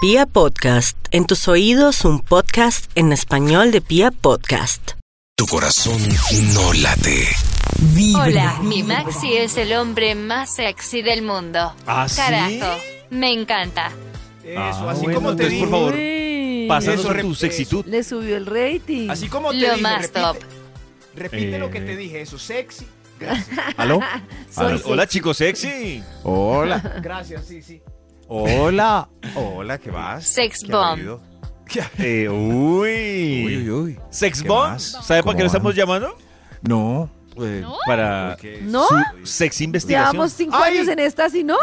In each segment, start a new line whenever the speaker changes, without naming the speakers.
Pia Podcast, en tus oídos un podcast en español de Pia Podcast.
Tu corazón no late.
Hola, mi Maxi es el hombre más sexy del mundo.
¿Ah, sí?
Carajo, me encanta.
Eso,
Ah,
así
bueno,
como te
entonces,
dije.
por favor,
Sí.
pásanos
Eso,
en tu
rep-
sexitud.
Le subió el rating.
Así como te
Lo
dije.
más
repite,
top.
Repite lo que
Eh.
te dije, eso, sexy. Gracias.
¿Aló?
Soy
Aló.
sexy.
Hola, chicos sexy.
Hola,
Gracias, sí, sí.
hola, hola, ¿qué vas?
Sex
¿Qué
bomb.
aburrido?
Eh, uy.
Uy, uy, uy.
¿Sex
¿Qué
bomb?
más?
¿Sabe para qué
¿Cómo
lo estamos
van?
llamando?
No, eh,
Para
¿No?
su sex investigación.
Llevamos cinco
¡Ay!
años en esta, ¿sí no?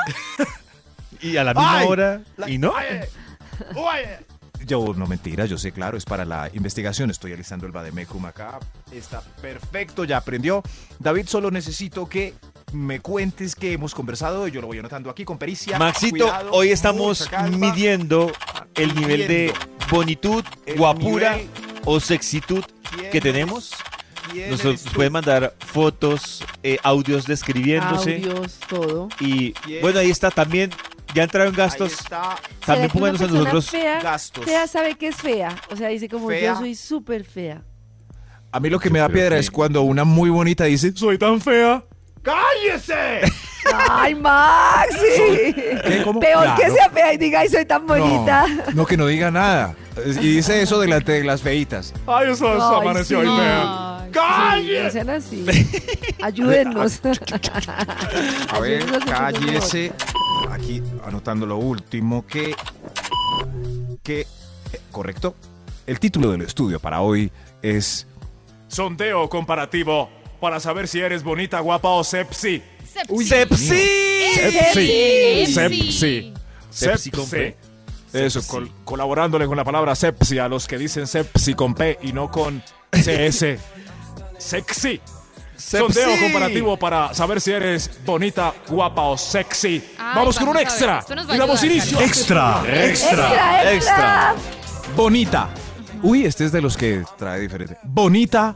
Y a la misma
¡Ay!
hora.
La-
¿Y no?
Ay, ay, ay. Uy, ay.
yo no mentira, yo sé, claro, es para la investigación. Estoy alisando el Bademecum acá. Está perfecto, ya aprendió. David, solo necesito que me cuentes qué hemos conversado y yo lo voy anotando aquí con pericia.
Maxito,
Cuidado,
hoy estamos
mucha calma.
midiendo el nivel de bonitud,
El
guapura
nivel.
o sexitud
¿Quién
que
es-
tenemos.
quién
Nos
eres
nos
tú?
pueden mandar fotos, eh, audios describiéndose.
Audios, todo.
Y
¿Quién?
bueno, ahí está también. Ya entraron
Ahí
gastos.
está,
También
¿Será que una
pónganos a
persona
nosotros.
Fea,
gastos.
fea sabe que es fea. O sea, dice como
Fea.
yo soy súper fea.
A mí lo que me da
creo
piedra
que-
es cuando una muy bonita dice, soy tan fea.
¡Cállese!
¡Ay, Maxi!
¿Cómo?
Peor que
Claro.
sea fea y diga, ay, soy tan
No,
bonita.
no, que no diga nada. Y dice eso delante de las feitas. Ay, eso
Ay, sí. Ay,
¡Calle!
sí, no sean así. Ayúdennos.
A ver,
Ayúdennos a hacer
cállese. Aquí anotando lo último que. que. eh, ¿Correcto? El título del estudio para hoy es.
Sondeo comparativo para saber si eres bonita, guapa o sepsi.
¡Sepsi!
Sepsi.
Sepsi.
Sepsi con P.
Eso, col- colaborándole con la palabra sepsi a los que dicen sepsi con P y no con CS. sexy. Sondeo comparativo para saber si eres bonita, guapa o sexy. vamos con un extra. Y damos inicio. Extra.
extra, extra.
Bonita. Uy, este es de los que trae diferente. Bonita,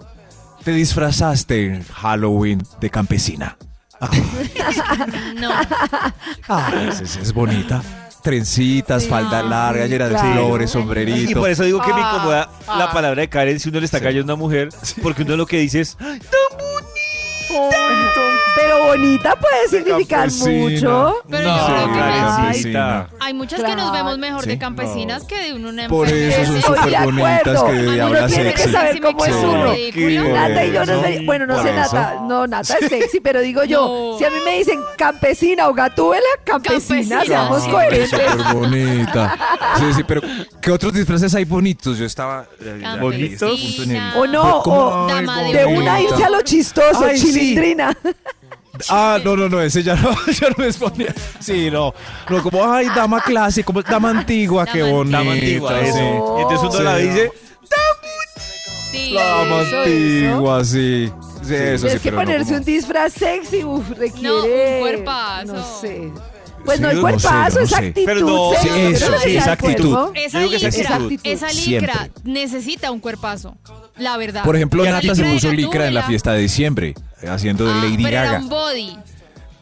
te disfrazaste en Halloween de campesina. no. Ah, ese sí es, bonita. Trencitas, falda larga, llena de
claro.
flores,
Y,
sombrerito.
y por eso digo que me incomoda la palabra de Karen si uno le está
Sí.
cayendo a una mujer, porque uno lo que dice es
Pero bonita puede significar
campesina.
mucho.
Pero
"Ay,
yo creo que
Karen,
hay-
Ay,
Karencita".
hay muchas que
Claro.
nos vemos mejor
Sí.
de campesinas que de una
Por
enfermera.
eso son
Estoy de
súper bonitas
acuerdo.
que de
Uno
habla
tiene que
sexy.
saber
Sí me
cómo es
parece
uno.
ridículo.
Por
Nata y yo
eso.
nos veri- Bueno, no
Por
sé,
eso.
Nata. No, Nata es sexy, pero digo yo,
No.
si a mí me dicen campesina o gatúbela, campesina,
Campesina,
seamos
sí.
coherentes.
Súper bonita. Sí, sí, pero ¿qué otros disfraces hay bonitos? Yo estaba eh, ya,
Bonitos.
este punto en el-
O no,
¿Cómo?
o
Ay,
dama
de una
bonita.
irse a lo chistoso,
Ay, sí.
chilindrina.
Ah, no, no, no, ese ya no, ya no es bonito. Sí, no. No, como, ay, dama clásica, como dama antigua, qué
Dama
bonita.
Dama antigua,
sí.
ese. Y entonces uno
Sí.
la dice,
Sí.
Dama
Eso,
antigua, sí. Sí, eso sí,
Tienes que
pero no
ponerse
como-
un disfraz sexy, uf, requiere.
No, un cuerpazo.
No sé. Pues no
Sí,
el
no sé,
cuerpazo,
yo no
es
sé.
actitud.
Pero no,
sexy,
sí,
yo
eso,
no le
sí,
decía
es
al
actitud.
cuerpo.
Esa
Yo digo que
licra,
es
actitud.
esa licra necesita un cuerpazo. La verdad.
Por ejemplo,
Esa
Nata se
licra de
puso licra en la
Gatúbela.
fiesta de diciembre, haciendo de
Ah,
Lady
pero
Gaga.
Era un body.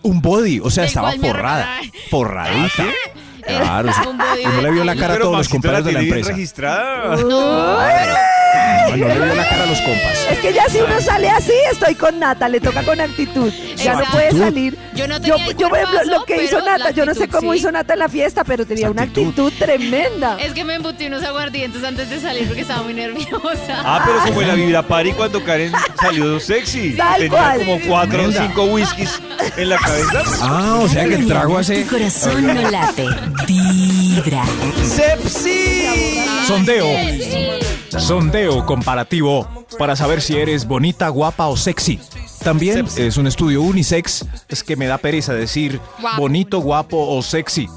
Un body, o sea,
Del
estaba
cual me
forrada.
arrepentiré.
Forradita.
Era
Claro, sí.
un body
Uno le vio la
de-
cara a
pero
todos los
Maxito
compañeros de la
tiene bien
empresa.
registrada.
No, no le vio la cara a los compas.
Es que ya si uno sale así, estoy con Nata, le toca con actitud. Ya no
Exacto.
puede salir.
Yo no
Yo,
tenía el
yo, por ejemplo,
cuerpazo,
lo que hizo
pero la
Nata, yo no sé
actitud,
cómo
sí.
hizo Nata en la fiesta, pero tenía una
Actitud.
actitud tremenda.
Es que me embuté unos aguardientes antes de salir porque estaba muy nerviosa.
Ah, pero como en la vibra party cuando Karen salió sexy.
Tal
Tenía
cual.
como cuatro o
Tremenda.
cinco whiskies en la cabeza.
Ah, o sea que el trago hace.
Tu corazón no late, vibra.
¡Sepsi!
Sondeo.
Sí.
Sondeo comparativo para saber si eres bonita, guapa o sexy.
También es un estudio unisex. Es que me da pereza decir
Guapo.
bonito, guapo o sexy.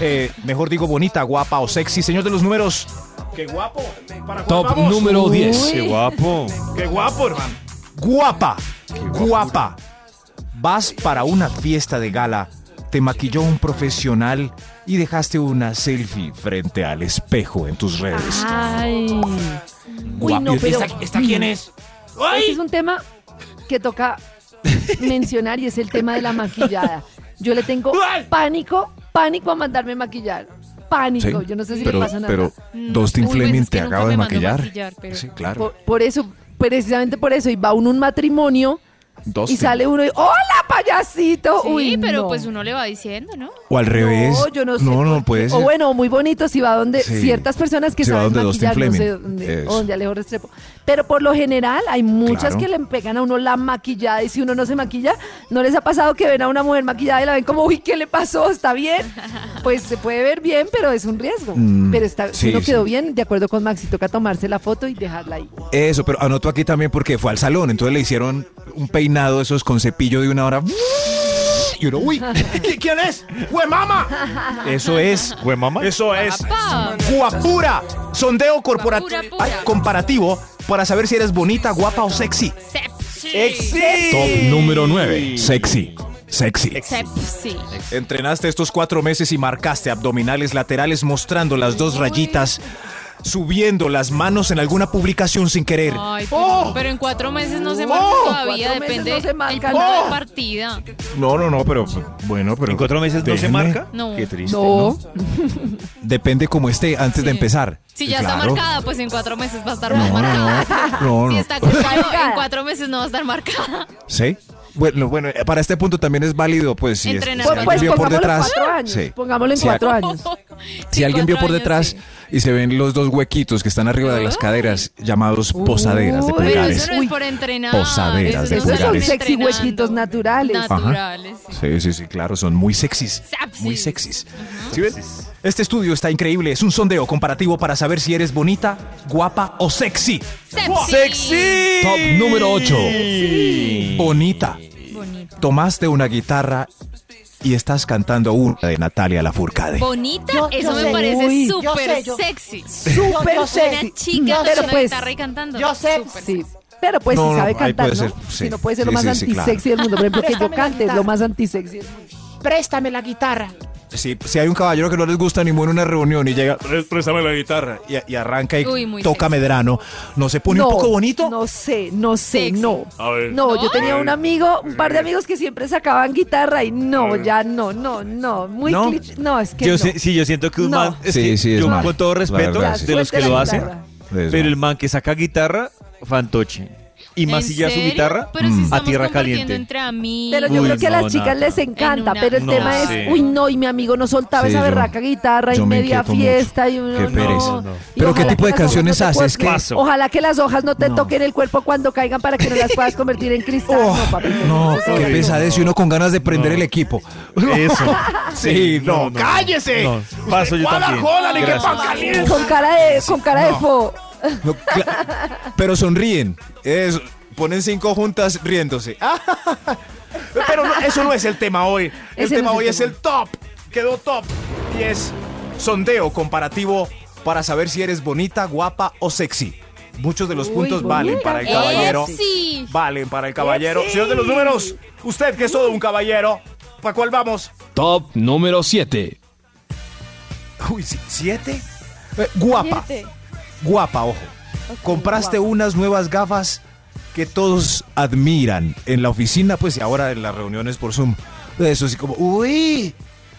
Eh, mejor digo bonita, guapa o sexy. Señor de los números,
Qué guapo. ¿Para cuál
Top
vamos?
número 10. ¡Qué guapo!
Qué guapo, hermano.
guapa, guapa. Vas para una fiesta de gala, te maquilló un profesional y dejaste una selfie frente al espejo en tus redes.
Ay. Ah, Uy,
Guapi-
no, pero
quién es?
ese es un tema que toca mencionar y es el tema de la maquillada. Yo le tengo pánico, pánico a mandarme maquillar. pánico. Yo no sé si
pero,
le pasa nada.
pero
Mm,
Dustin
uy, pues,
Fleming
es que
te
nunca
acaba
me
de
mandó
maquillar.
maquillar, pero-
Sí, claro.
Por, por eso, precisamente por eso, y va uno a un matrimonio
Dustin.
y sale uno y ¡Hola, payasito!
Sí,
Uy,
pero
no.
pues uno le va diciendo, ¿no?
O al revés.
No, yo no sé
No,
por
no
qué.
puede ser.
O bueno, muy bonito si va donde
Sí.
ciertas personas que
Si va
saben
donde Dustin
maquillar, no sé
Fleming.
dónde,
Eso.
o donde Alejo Restrepo. Pero por lo general hay muchas
Claro.
que le pegan a uno la maquillada y si uno no se maquilla, ¿no les ha pasado que ven a una mujer maquillada y la ven como, uy, ¿qué le pasó? ¿Está bien? Pues se puede ver bien, pero es un riesgo.
Mm,
pero está, si
sí,
uno quedó
sí.
bien, de acuerdo con Maxi, toca tomarse la foto y dejarla ahí.
Eso, pero anoto aquí también porque fue al salón, entonces le hicieron un peinado de esos con cepillo de una hora. Y uno, uy,
¿Qui- ¿Quién es? ¡Huemama!
Eso es, güey, mamá. Eso es.
¡Pa!
Guapura. Sondeo corporativo
Guapura, pura.
comparativo para saber si eres bonita, guapa o sexy.
Sepsi.
top número 9. Sexy, sexy.
Sepsi.
Entrenaste estos cuatro meses y marcaste abdominales laterales mostrando las dos rayitas, subiendo las manos en alguna publicación sin querer.
Ay, pues,
¡Oh!
pero en cuatro meses no se
Oh.
marca todavía,
Cuatro meses
depende
no se
del
marca
punto
nada.
de partida.
No, no, no, pero bueno, pero.
¿En cuatro meses no se
déjenme.
marca?
No.
Qué triste.
No,
Depende cómo esté antes de
Sí.
empezar.
Si ya está
Claro.
marcada, pues en cuatro meses va a estar más
No,
marcada.
no, no, no.
Si está cortado, en
Marcada.
cuatro meses no va a estar marcada.
Sí. Bueno, bueno, eh, para este punto también es válido, pues si, es-
Entrenar.
si
pues,
Pero
alguien
pues
vio por
pongámoslo en
detrás,
cuatro años.
sí.
Pongámoslo en
Sí,
cuatro años.
si alguien vio por detrás y se ven los dos huequitos que están arriba de las
Ay.
caderas, llamados posaderas de
Uy,
Pero
pulgares.
eso no
Uy.
es por entrenar.
Posaderas
eso
de
no es por
Esos son
vulgares.
sexy
entrenando.
huequitos naturales.
Naturales. sí.
Sí, sí, sí, claro, son muy sexys.
Sapsis.
Muy sexys.
¿Sí ven? Este estudio está increíble. Es un sondeo comparativo para saber si eres bonita, guapa o sexy.
Sepsi.
Top número 8. Bonita.
Bonita.
Tomaste una guitarra y estás cantando una de Natalia Lafourcade.
Bonita,
Yo-
eso
yo
me
sé. Uy,
parece
yo
súper
sé, yo-
sexy.
Súper
Una
sexy.
chica
pero
tocando
pues,
guitarra y cantando.
yo sé,
Súper
sí.
sexy.
Pero pues
No,
si
no,
sabe
ahí puede
cantar, ¿no?
ser, sí.
Si no puede ser lo
Sí,
más
sí, sí,
antisexy del mundo. Por ejemplo, que yo cante es lo más antisexy del mundo.
Si, si hay un caballero que no les gusta ni muere en una reunión y llega, "Eh, préstame la guitarra y, y arranca y
Uy, muy
toca
sexy.
medrano, ¿no se pone
No,
un poco bonito?
No sé, no sé,
Sexy.
no. No, yo tenía un amigo, un par de amigos que siempre sacaban guitarra y no, ya no, no, no. Muy
¿No?
cliché. No, es que
yo
no.
sé- sí, yo siento que un
No.
man. es
Sí,
que
sí, es
yo,
mal.
Con todo
La
respeto
Pues verdad, sí.
de los
Suelte
que
la
lo hacen,
guitarra.
Es
pero
mal.
el man que saca guitarra, fantoche. Y
¿En
masilla su
serio?
guitarra mm,
Pero
Mm.
si
a
estamos
tierra
compartiendo
caliente.
entre amigos.
Pero yo
Uy,
creo que a las
no,
chicas
nada.
les encanta,
En
pero el
una-
tema
No,
es,
sí.
uy, no, y mi amigo no soltaba
Sí,
esa
yo-
berraca guitarra y
yo me
media
inquieto mucho.
fiesta y uno
Qué
no.
pereza.
No.
Y
Pero ¿qué
ojalá
tipo
que
de
las hojas
canciones
no te
haces?
cuelguen.
Paso.
Ojalá que las hojas no te toquen el cuerpo cuando caigan para que no las puedas convertir en cristal. no, papi,
Oh, No,
eso
qué
no.
pesadez y uno con ganas de prender el equipo.
Eso.
Sí, no,
¡Cállese!
No, paso yo
¡Cuál
también.
joda ni qué
Gracias.
pan caliente!
Con cara de, con cara de
No.
fo.
No, cla- pero sonríen. Eso, ponen cinco juntas riéndose.
Pero no- eso no es el tema hoy. El
Ese
tema
no
hoy es el top. Quedó top. Y es sondeo comparativo para saber si eres bonita, guapa o sexy. Muchos de los
Uy,
puntos valen
bonita,
para el
guapa,
caballero.
sexy.
Valen para el caballero. Señor de los números, usted que es todo un caballero, ¿para cuál vamos?
Top número 7.
Uy, si- ¿siete? Eh, guapa. Guapa, ojo. Compraste unas nuevas gafas que todos admiran en la oficina, pues, y ahora en las reuniones por Zoom. Eso sí, como, uy,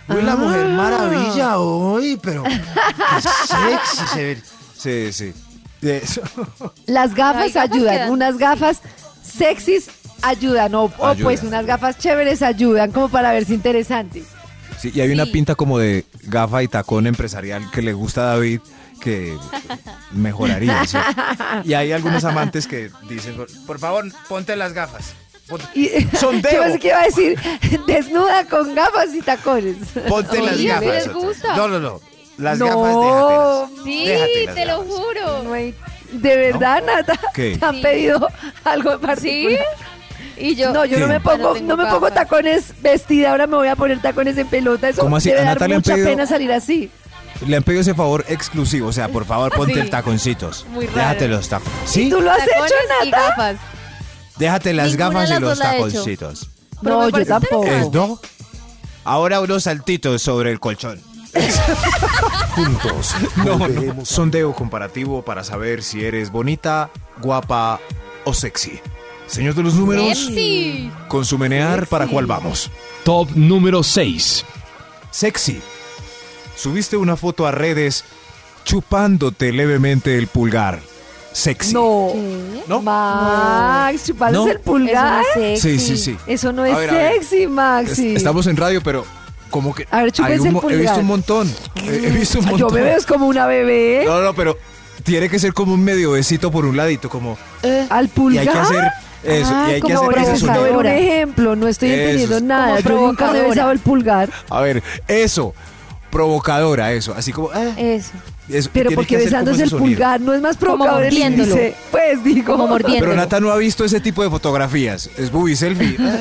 uy, la mujer maravilla hoy, pero qué sexy se ve. Sí, sí. Eso.
Las gafas
Ay, gafas
ayudan,
quedan-
unas gafas sexys ayudan, o, o
Ayudan.
pues unas gafas chéveres ayudan como para verse interesante.
Sí, y hay una
Sí.
pinta como de gafa y tacón empresarial que le gusta a David que mejoraría. ¿sí?
Y hay algunos amantes que dicen, por favor, ponte las gafas. Ponte-
Y,
Sondeo.
Yo pensé que iba a decir desnuda con gafas y tacones.
Ponte las
Oye,
gafas.
¿les gusta?
No, no, no. Las
No.
gafas, déjatelas.
Sí,
Déjatelas
te lo
gafas.
juro.
No hay- de verdad, Nata,
¿Qué?
te han
Sí.
pedido algo en particular.
Y yo.
No, yo no
¿Qué?
me pongo,
tengo
no me pongo
gafas.
tacones vestida, ahora me voy a poner tacones en pelota. Eso
¿Cómo así?
debe
¿A
dar
Nata le han
mucha
pedido?
pena salir así.
Le han pedido ese favor exclusivo, o sea, por favor, ponte
Sí.
el taconcitos.
Muy raro.
Déjate los tacos. ¿Sí?
¿Tú lo has
Tacones
hecho,
y
Nata?
gafas.
Déjate las
Ninguna
gafas
de
y
las
los
dos la he hecho.
taconcitos.
Pero me
No, yo
parece
tampoco.
¿Es no? Ahora unos saltitos sobre el colchón.
Juntos
No, no.
volveremos a-
Sondeo comparativo para saber si eres bonita, guapa o sexy. Señor de los números,
Sepsi.
con su menear, ¿para cuál vamos?
Top número 6.
Sexy. Subiste una foto a redes chupándote levemente el pulgar. Sexy.
No.
¿No?
Max, chuparse
No.
el pulgar.
Eso no es
Sí,
sexy.
sí, sí.
Eso no es
A ver, a ver.
sexy, Maxi.
Es- Estamos en radio, pero como que.
A ver, chúpense
hay un
el
mo- He
pulgar.
visto un montón. He, he visto un
Ay,
montón.
Yo me veo es como una bebé
No, no, pero tiene que ser como un medio besito por un ladito, como.
al
Y
pulgar.
hay que hacer eso.
Ah,
y hay que
como
hacer ese
Necesito
sonido.
ver un
provocadora.
ejemplo, no estoy
Eso,
entendiendo
como
nada. Yo nunca me he
provocadora.
besado el pulgar.
A ver, eso. Provocadora, eso. Así como. ah,
Eso.
eso,
Eh, Pero
tiene
porque
que hacer como
besándose el
ese sonido.
pulgar no es más
Como
provocador el
mordiéndolo.
índice. Pues digo.
Como mordiendo.
Pero Nata no ha visto ese tipo de fotografías. Es booby selfie. Ah,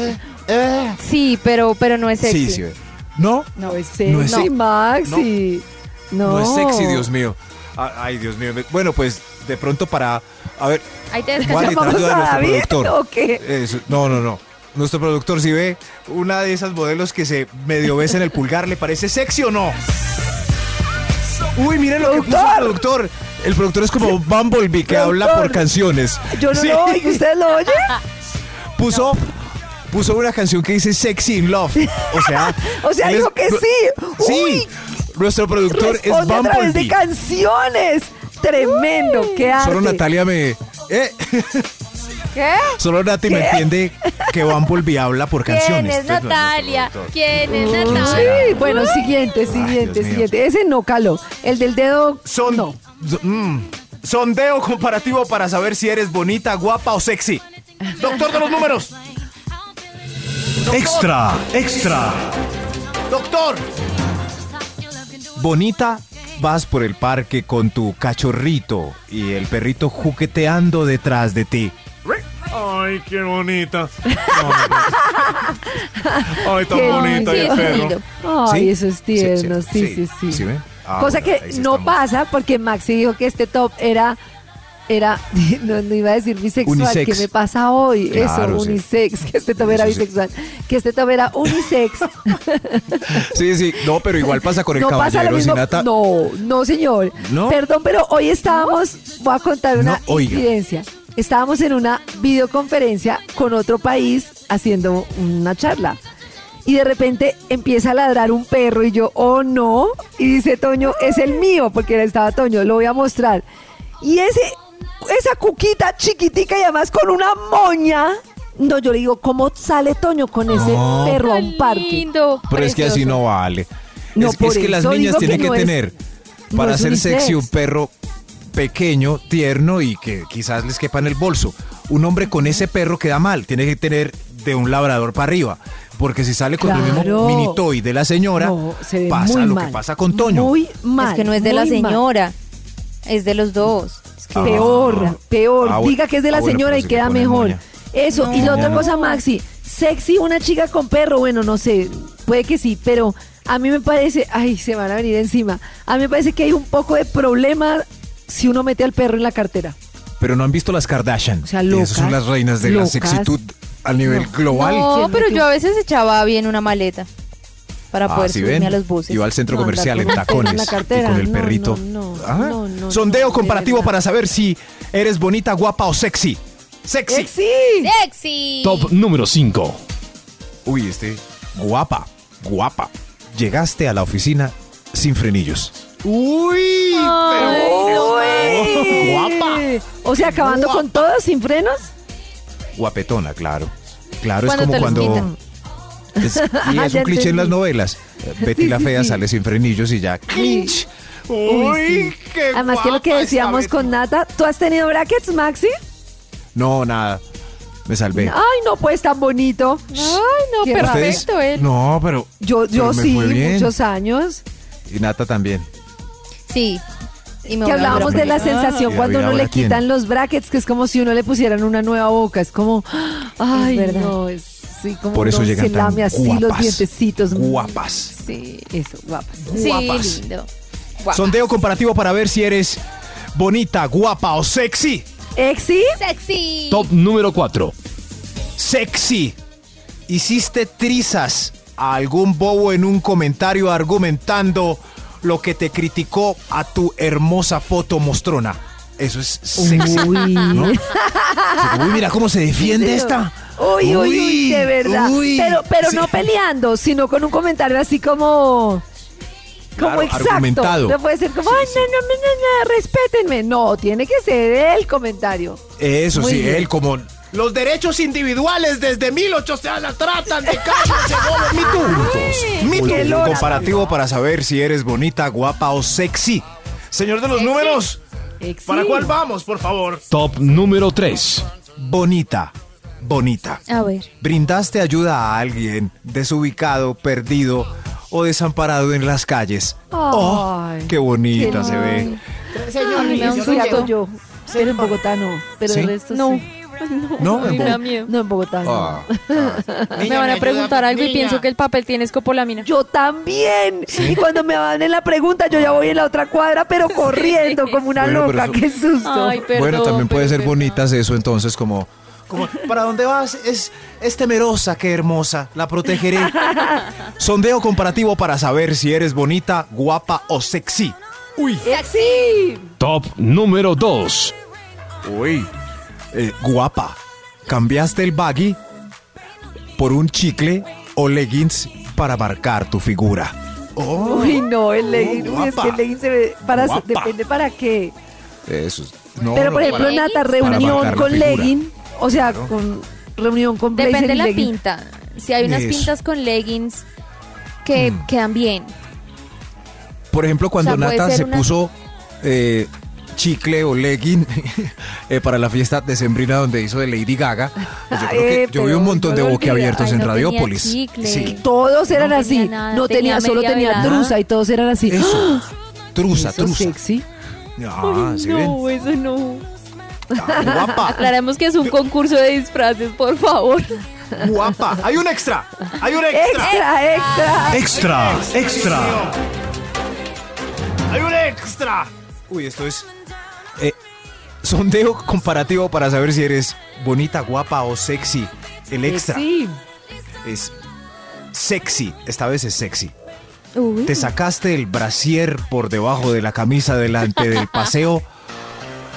ah.
Sí, pero, pero no es sexy.
sí, sí. No,
No es
No es
sexy,
sexy.
Maxi. No.
no es sexy, Dios mío. Ah, Ay, Dios mío. Bueno, pues de pronto para. A ver,
Ahí te
Vale,
descansas.
¿Llamamos
ayuda a
a
nuestro
David
productor.
o qué?
Eso, no, no, no. Nuestro productor, si ve una de esas modelos que se medio besa en el pulgar, ¿le parece sexy o no? Uy, miren lo que puso el productor. El productor es como Bumblebee que habla por
Productor.
canciones.
Yo no
Sí.
lo oigo, ¿usted lo oye?
Puso, puso una canción que dice Sexy in Love. O sea,
O sea,
él es-
dijo que sí.
Sí, nuestro productor es
Responde a través de
Bumblebee.
canciones. Tremendo, qué arte.
Solo Natalia me. eh,
¿Qué?
solo Nati me
¿Qué?
entiende que Bumblebee habla por
¿Quién
canciones.
es
Entonces, nuestro
Natalia?
productor.
¿Quién es Natalia?
Sí, bueno, siguiente, siguiente,
Dios mío.
siguiente. Ese no caló. El del dedo.
Son-
No.
Z- mm.
Sondeo comparativo para saber si eres bonita, guapa o sexy. Doctor de los números.
Extra, extra.
Doctor.
Bonita, vas por el parque con tu cachorrito y el perrito jugueteando detrás de ti.
Ay, qué bonita. Ay, tan
Qué
bonita y el perro.
lindo.
Ay,
¿Sí?
eso es tierno. Sí, sí, sí.
ven? Ah,
Cosa
bueno,
que
ahí sí
no
estamos.
pasa porque Maxi dijo que este top era. Era, no, no iba a decir bisexual,
Unisex.
¿qué me pasa hoy?
Claro,
Eso,
sí.
unisex, que este top era
Eso sí.
bisexual, que este top era unisex.
Sí, sí, no, pero igual pasa con el
no pasa lo
caballero
mismo.
Sinata.
No, no, señor.
¿No?
Perdón, pero hoy estábamos, voy a contar una
No, oiga.
incidencia. Estábamos en una videoconferencia con otro país haciendo una charla. Y de repente empieza a ladrar un perro y yo, oh no. Y dice Toño, es el mío, porque estaba Toño, lo voy a mostrar. Y ese, esa cuquita chiquitica y además con una moña. No, yo le digo, ¿cómo sale Toño con ese
No.
perro a
Tan
un parque?
lindo,
Pero es que así
precioso.
no vale.
No,
es, es
por
que las
eso digo
niñas tienen
que
que,
no es-
tener,
no
para
es
ser sexy,
unisex.
un perro pequeño, tierno y que quizás les quepa en el bolso. Un hombre con ese perro queda mal. Tiene que tener de un labrador para arriba. Porque si sale con el
Claro.
mismo mini toy de la señora,
No, se ve
pasa
muy
lo
mal.
que pasa con Toño.
Muy mal.
Es que no es de la
muy mal. Ah.
señora, es de los dos. Es que-
Peor, peor.
Ah, bueno.
Diga que es de la
Ah, bueno,
señora
pero
y
si le
queda
ponen
mejor.
moña.
Eso, y la otra cosa, Maxi, sexy una chica con perro, bueno, no sé, puede que sí, pero a mí me parece, ay, se van a venir encima, a mí me parece que hay un poco de problema si uno mete al perro en la cartera.
Pero no han visto las Kardashian.
O sea,
Y
locas,
esas son las reinas de
locas.
la sexitud a nivel
No.
global.
No, pero yo a veces echaba bien una maleta para
Ah,
poder
¿sí
subirme
ven?
a los buses.
Iba al centro
No, andar
comercial
con
en
un perro en la
tacones y
cartera,
con el
no,
perrito.
no, no,
Ajá.
no, no,
Sondeo
no, de
comparativo
verdad.
para saber si eres bonita, guapa o sexy. Sexy.
¿Eh? ¡Sexy!
¡Sexy!
Top número 5.
Uy, este guapa, guapa. Llegaste a la oficina sin frenillos.
Uy.
¡Uy!
Guapa.
O sea, acabando con todo, sin frenos.
Guapetona, claro. Claro, es
Cuando
como
te los
cuando.
quitan.
es- y
Ah, Ya
es un
entendí.
cliché en las novelas. Eh, Betty
Sí,
la
sí,
Fea
sí.
sale sin frenillos y ya. ¡clinch!
Uy, qué
Además que lo que
guapa
decíamos
esta
con Nata, ¿tú has tenido brackets, Maxi?
No, nada. Me salvé.
Ay, no, pues tan bonito.
Ay, no,
Qué
¿Ustedes?
perfecto él.
No, pero.
Yo, yo
pero me
sí,
fue bien.
muchos años.
Y Nata también.
Sí. Y me
Que
voy a
hablábamos de
abrir.
la
Ah.
sensación
Y
cuando
ahora
uno le
quién.
quitan los brackets, que es como si uno le pusieran una nueva boca. Es como, ay,
verdad.
no, es sí, como
Por eso
uno
llegan
se
tan
lame así los
guapas,
dientecitos.
guapas.
Sí, eso, guapas.
Sí,
Guapas.
lindo.
Sondeo comparativo para ver si eres bonita, guapa o sexy.
¿Exi?
¡Sexy!
Top número 4.
Sexy. Hiciste trizas a algún bobo en un comentario argumentando lo que te criticó a tu hermosa foto mostrona. Eso es sexy.
Uy.
Uy, mira cómo se defiende esta.
Uy, uy, uy, de verdad.
uy.
pero pero
Sí.
no peleando, sino con un comentario así como. como
Claro,
exacto.
argumentado.
No puede ser como, ay, no, no, no, no, no, respétenme. No, tiene que ser el comentario.
Eso
Muy
sí,
bien.
él como.
Los derechos individuales desde 1800 la tratan de carne, cebolla, mi
Juntos.
Ay,
Mito,
qué
un
lora.
comparativo para saber si eres bonita, guapa o sexy.
Señor de los números, ¿para cuál vamos, por favor?
Top número 3.
Bonita, bonita.
A ver.
¿Brindaste ayuda a alguien desubicado, perdido o desamparado en las calles? ¡Oh!
Ay.
¡Qué bonita se ve!
Señor,
me da un susto.
yo. Pero en Bogotá no. Pero
¿Sí?
el resto
No.
sí.
No, en
Me
Bogotá.
da miedo.
No, en Bogotá no.
Ah.
me van a preguntar algo y pienso que el papel tiene escopolamina.
Yo también. Y cuando me van en la pregunta, yo ya voy en la otra cuadra, pero corriendo como una
Ah. Bueno, pero
loca.
eso-
Qué susto.
Ay, perdón.
bueno, también puede
pero-
ser
pero-
bonitas eso, entonces, como, como, ¿para dónde vas? Es, es temerosa, qué hermosa, la protegeré. Sondeo comparativo para saber si eres bonita, guapa o sexy.
Eh,
Top número 2.
Uy. Eh, guapa, ¿cambiaste el baggy por un chicle o leggings para marcar tu figura? Oh,
Uy, no, el legging. uy, es que
guapa.
el legging se ve. Para,
Guapa.
depende para qué.
eso. es- no,
pero
no,
por ejemplo,
para-
Nata,
para
reunión
marcar la
con
figura.
legging. O sea, con reunión con blazer
Depende
y
de la
legging.
pinta. Si hay unas
Eso.
pintas con leggings que quedan bien.
Por ejemplo, cuando
O sea, puede
Nata
ser
se
una-
puso eh, chicle o legging eh, para la fiesta decembrina donde hizo de Lady Gaga, pues yo
Ah,
creo que
Eh,
yo vi
pero
un montón
no
de
lo
boquiabiertos
olvidas.
en
Ay, no tenía
Radiopolis.
chicle.
Sí.
Todos eran
No
así.
tenía nada,
no tenía,
tenía
solo
media
tenía
velada.
trusa y todos eran así.
Eso. Trusa,
Eso
trusa.
sexy.
Ah, ¿sí ven?
eso no.
Ah, guapa.
Aclaremos que es un concurso de disfraces, por favor.
Guapa. Hay un extra. Hay un extra.
Extra, extra.
Extra, extra.
Hay un extra.
Uy, esto es eh, sondeo comparativo para saber si eres bonita, guapa o sexy. El extra
Sí.
es sexy. Esta vez es sexy.
Uy.
Te sacaste el brasier por debajo de la camisa delante del paseo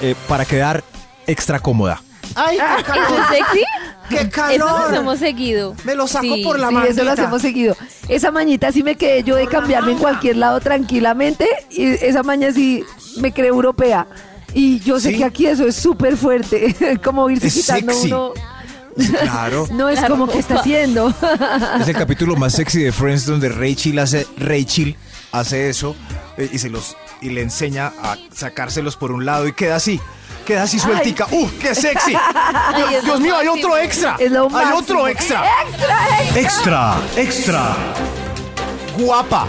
eh, para quedar extra cómoda.
Ay, qué
¿Eso es sexy?
¡Qué
Eso nos hemos seguido.
Ah, Me lo saco por la
Sí, eso las hemos seguido. Esa mañita sí me quedé yo de cambiarme en cualquier lado tranquilamente y esa maña sí me creé europea. Y yo sé
Sí.
que aquí eso es súper fuerte, como irse
Es
quitando
sexy.
uno.
Claro.
No es
La
como que está haciendo.
Es el capítulo más sexy de Friends donde Rachel hace, Rachel hace eso eh, y, se los, y le enseña a sacárselos por un lado y queda así. Queda así sueltica. ¡Uh, qué sexy!
Ay, es
Dios mío, hay
máximo.
otro extra.
Es lo
hay
máximo.
otro extra.
¡Extra! ¡Extra! ¡Guapa!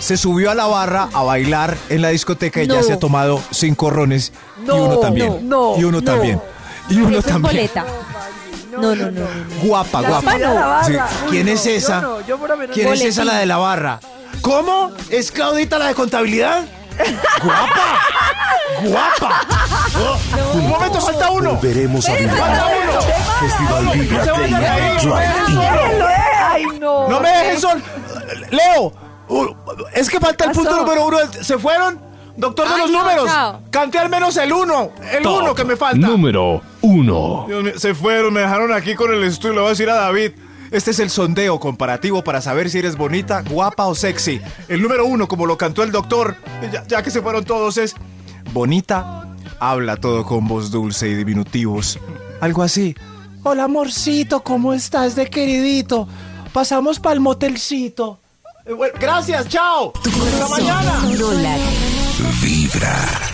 Se subió a la barra a bailar en la discoteca y ya
No.
se ha tomado cinco rones. y
No,
uno también.
no, no,
y uno
no.
también. Y uno
Eso es
también.
boleta. No, no, no. no.
Guapa, guapa.
señora de la barra.
Sí.
Uy,
¿Quién
no,
es
yo
esa?
no, yo por lo menos
¿Quién es
boletín.
esa la de la barra?
¿Cómo? ¿Es Claudita la de contabilidad?
¡Guapa! ¡Guapa!
Un momento, falta uno.
Volveremos a vivir. Festival Vibra Play Night Drive-In.
Déjenlo, eh. ¡Ay, no!
No me dejes sol. Leo, uh, es que falta el punto
Pasó.
número uno. ¿Se fueron? Doctor de
Ay,
los
no,
números.
chao.
Canté al menos el uno. El uno que me falta.
Número 1.
Dios mío, se fueron, me dejaron aquí con el estudio. Le voy a decir a David.
Este es el sondeo comparativo para saber si eres bonita, guapa o sexy. El número uno, como lo cantó el doctor, ya, ya que se fueron todos, es bonita, habla todo con voz dulce y diminutivos. Algo así.
Hola, amorcito, ¿cómo estás de queridito? Pasamos Eh, para el motelcito. gracias, chao. Hasta mañana.
Vibra.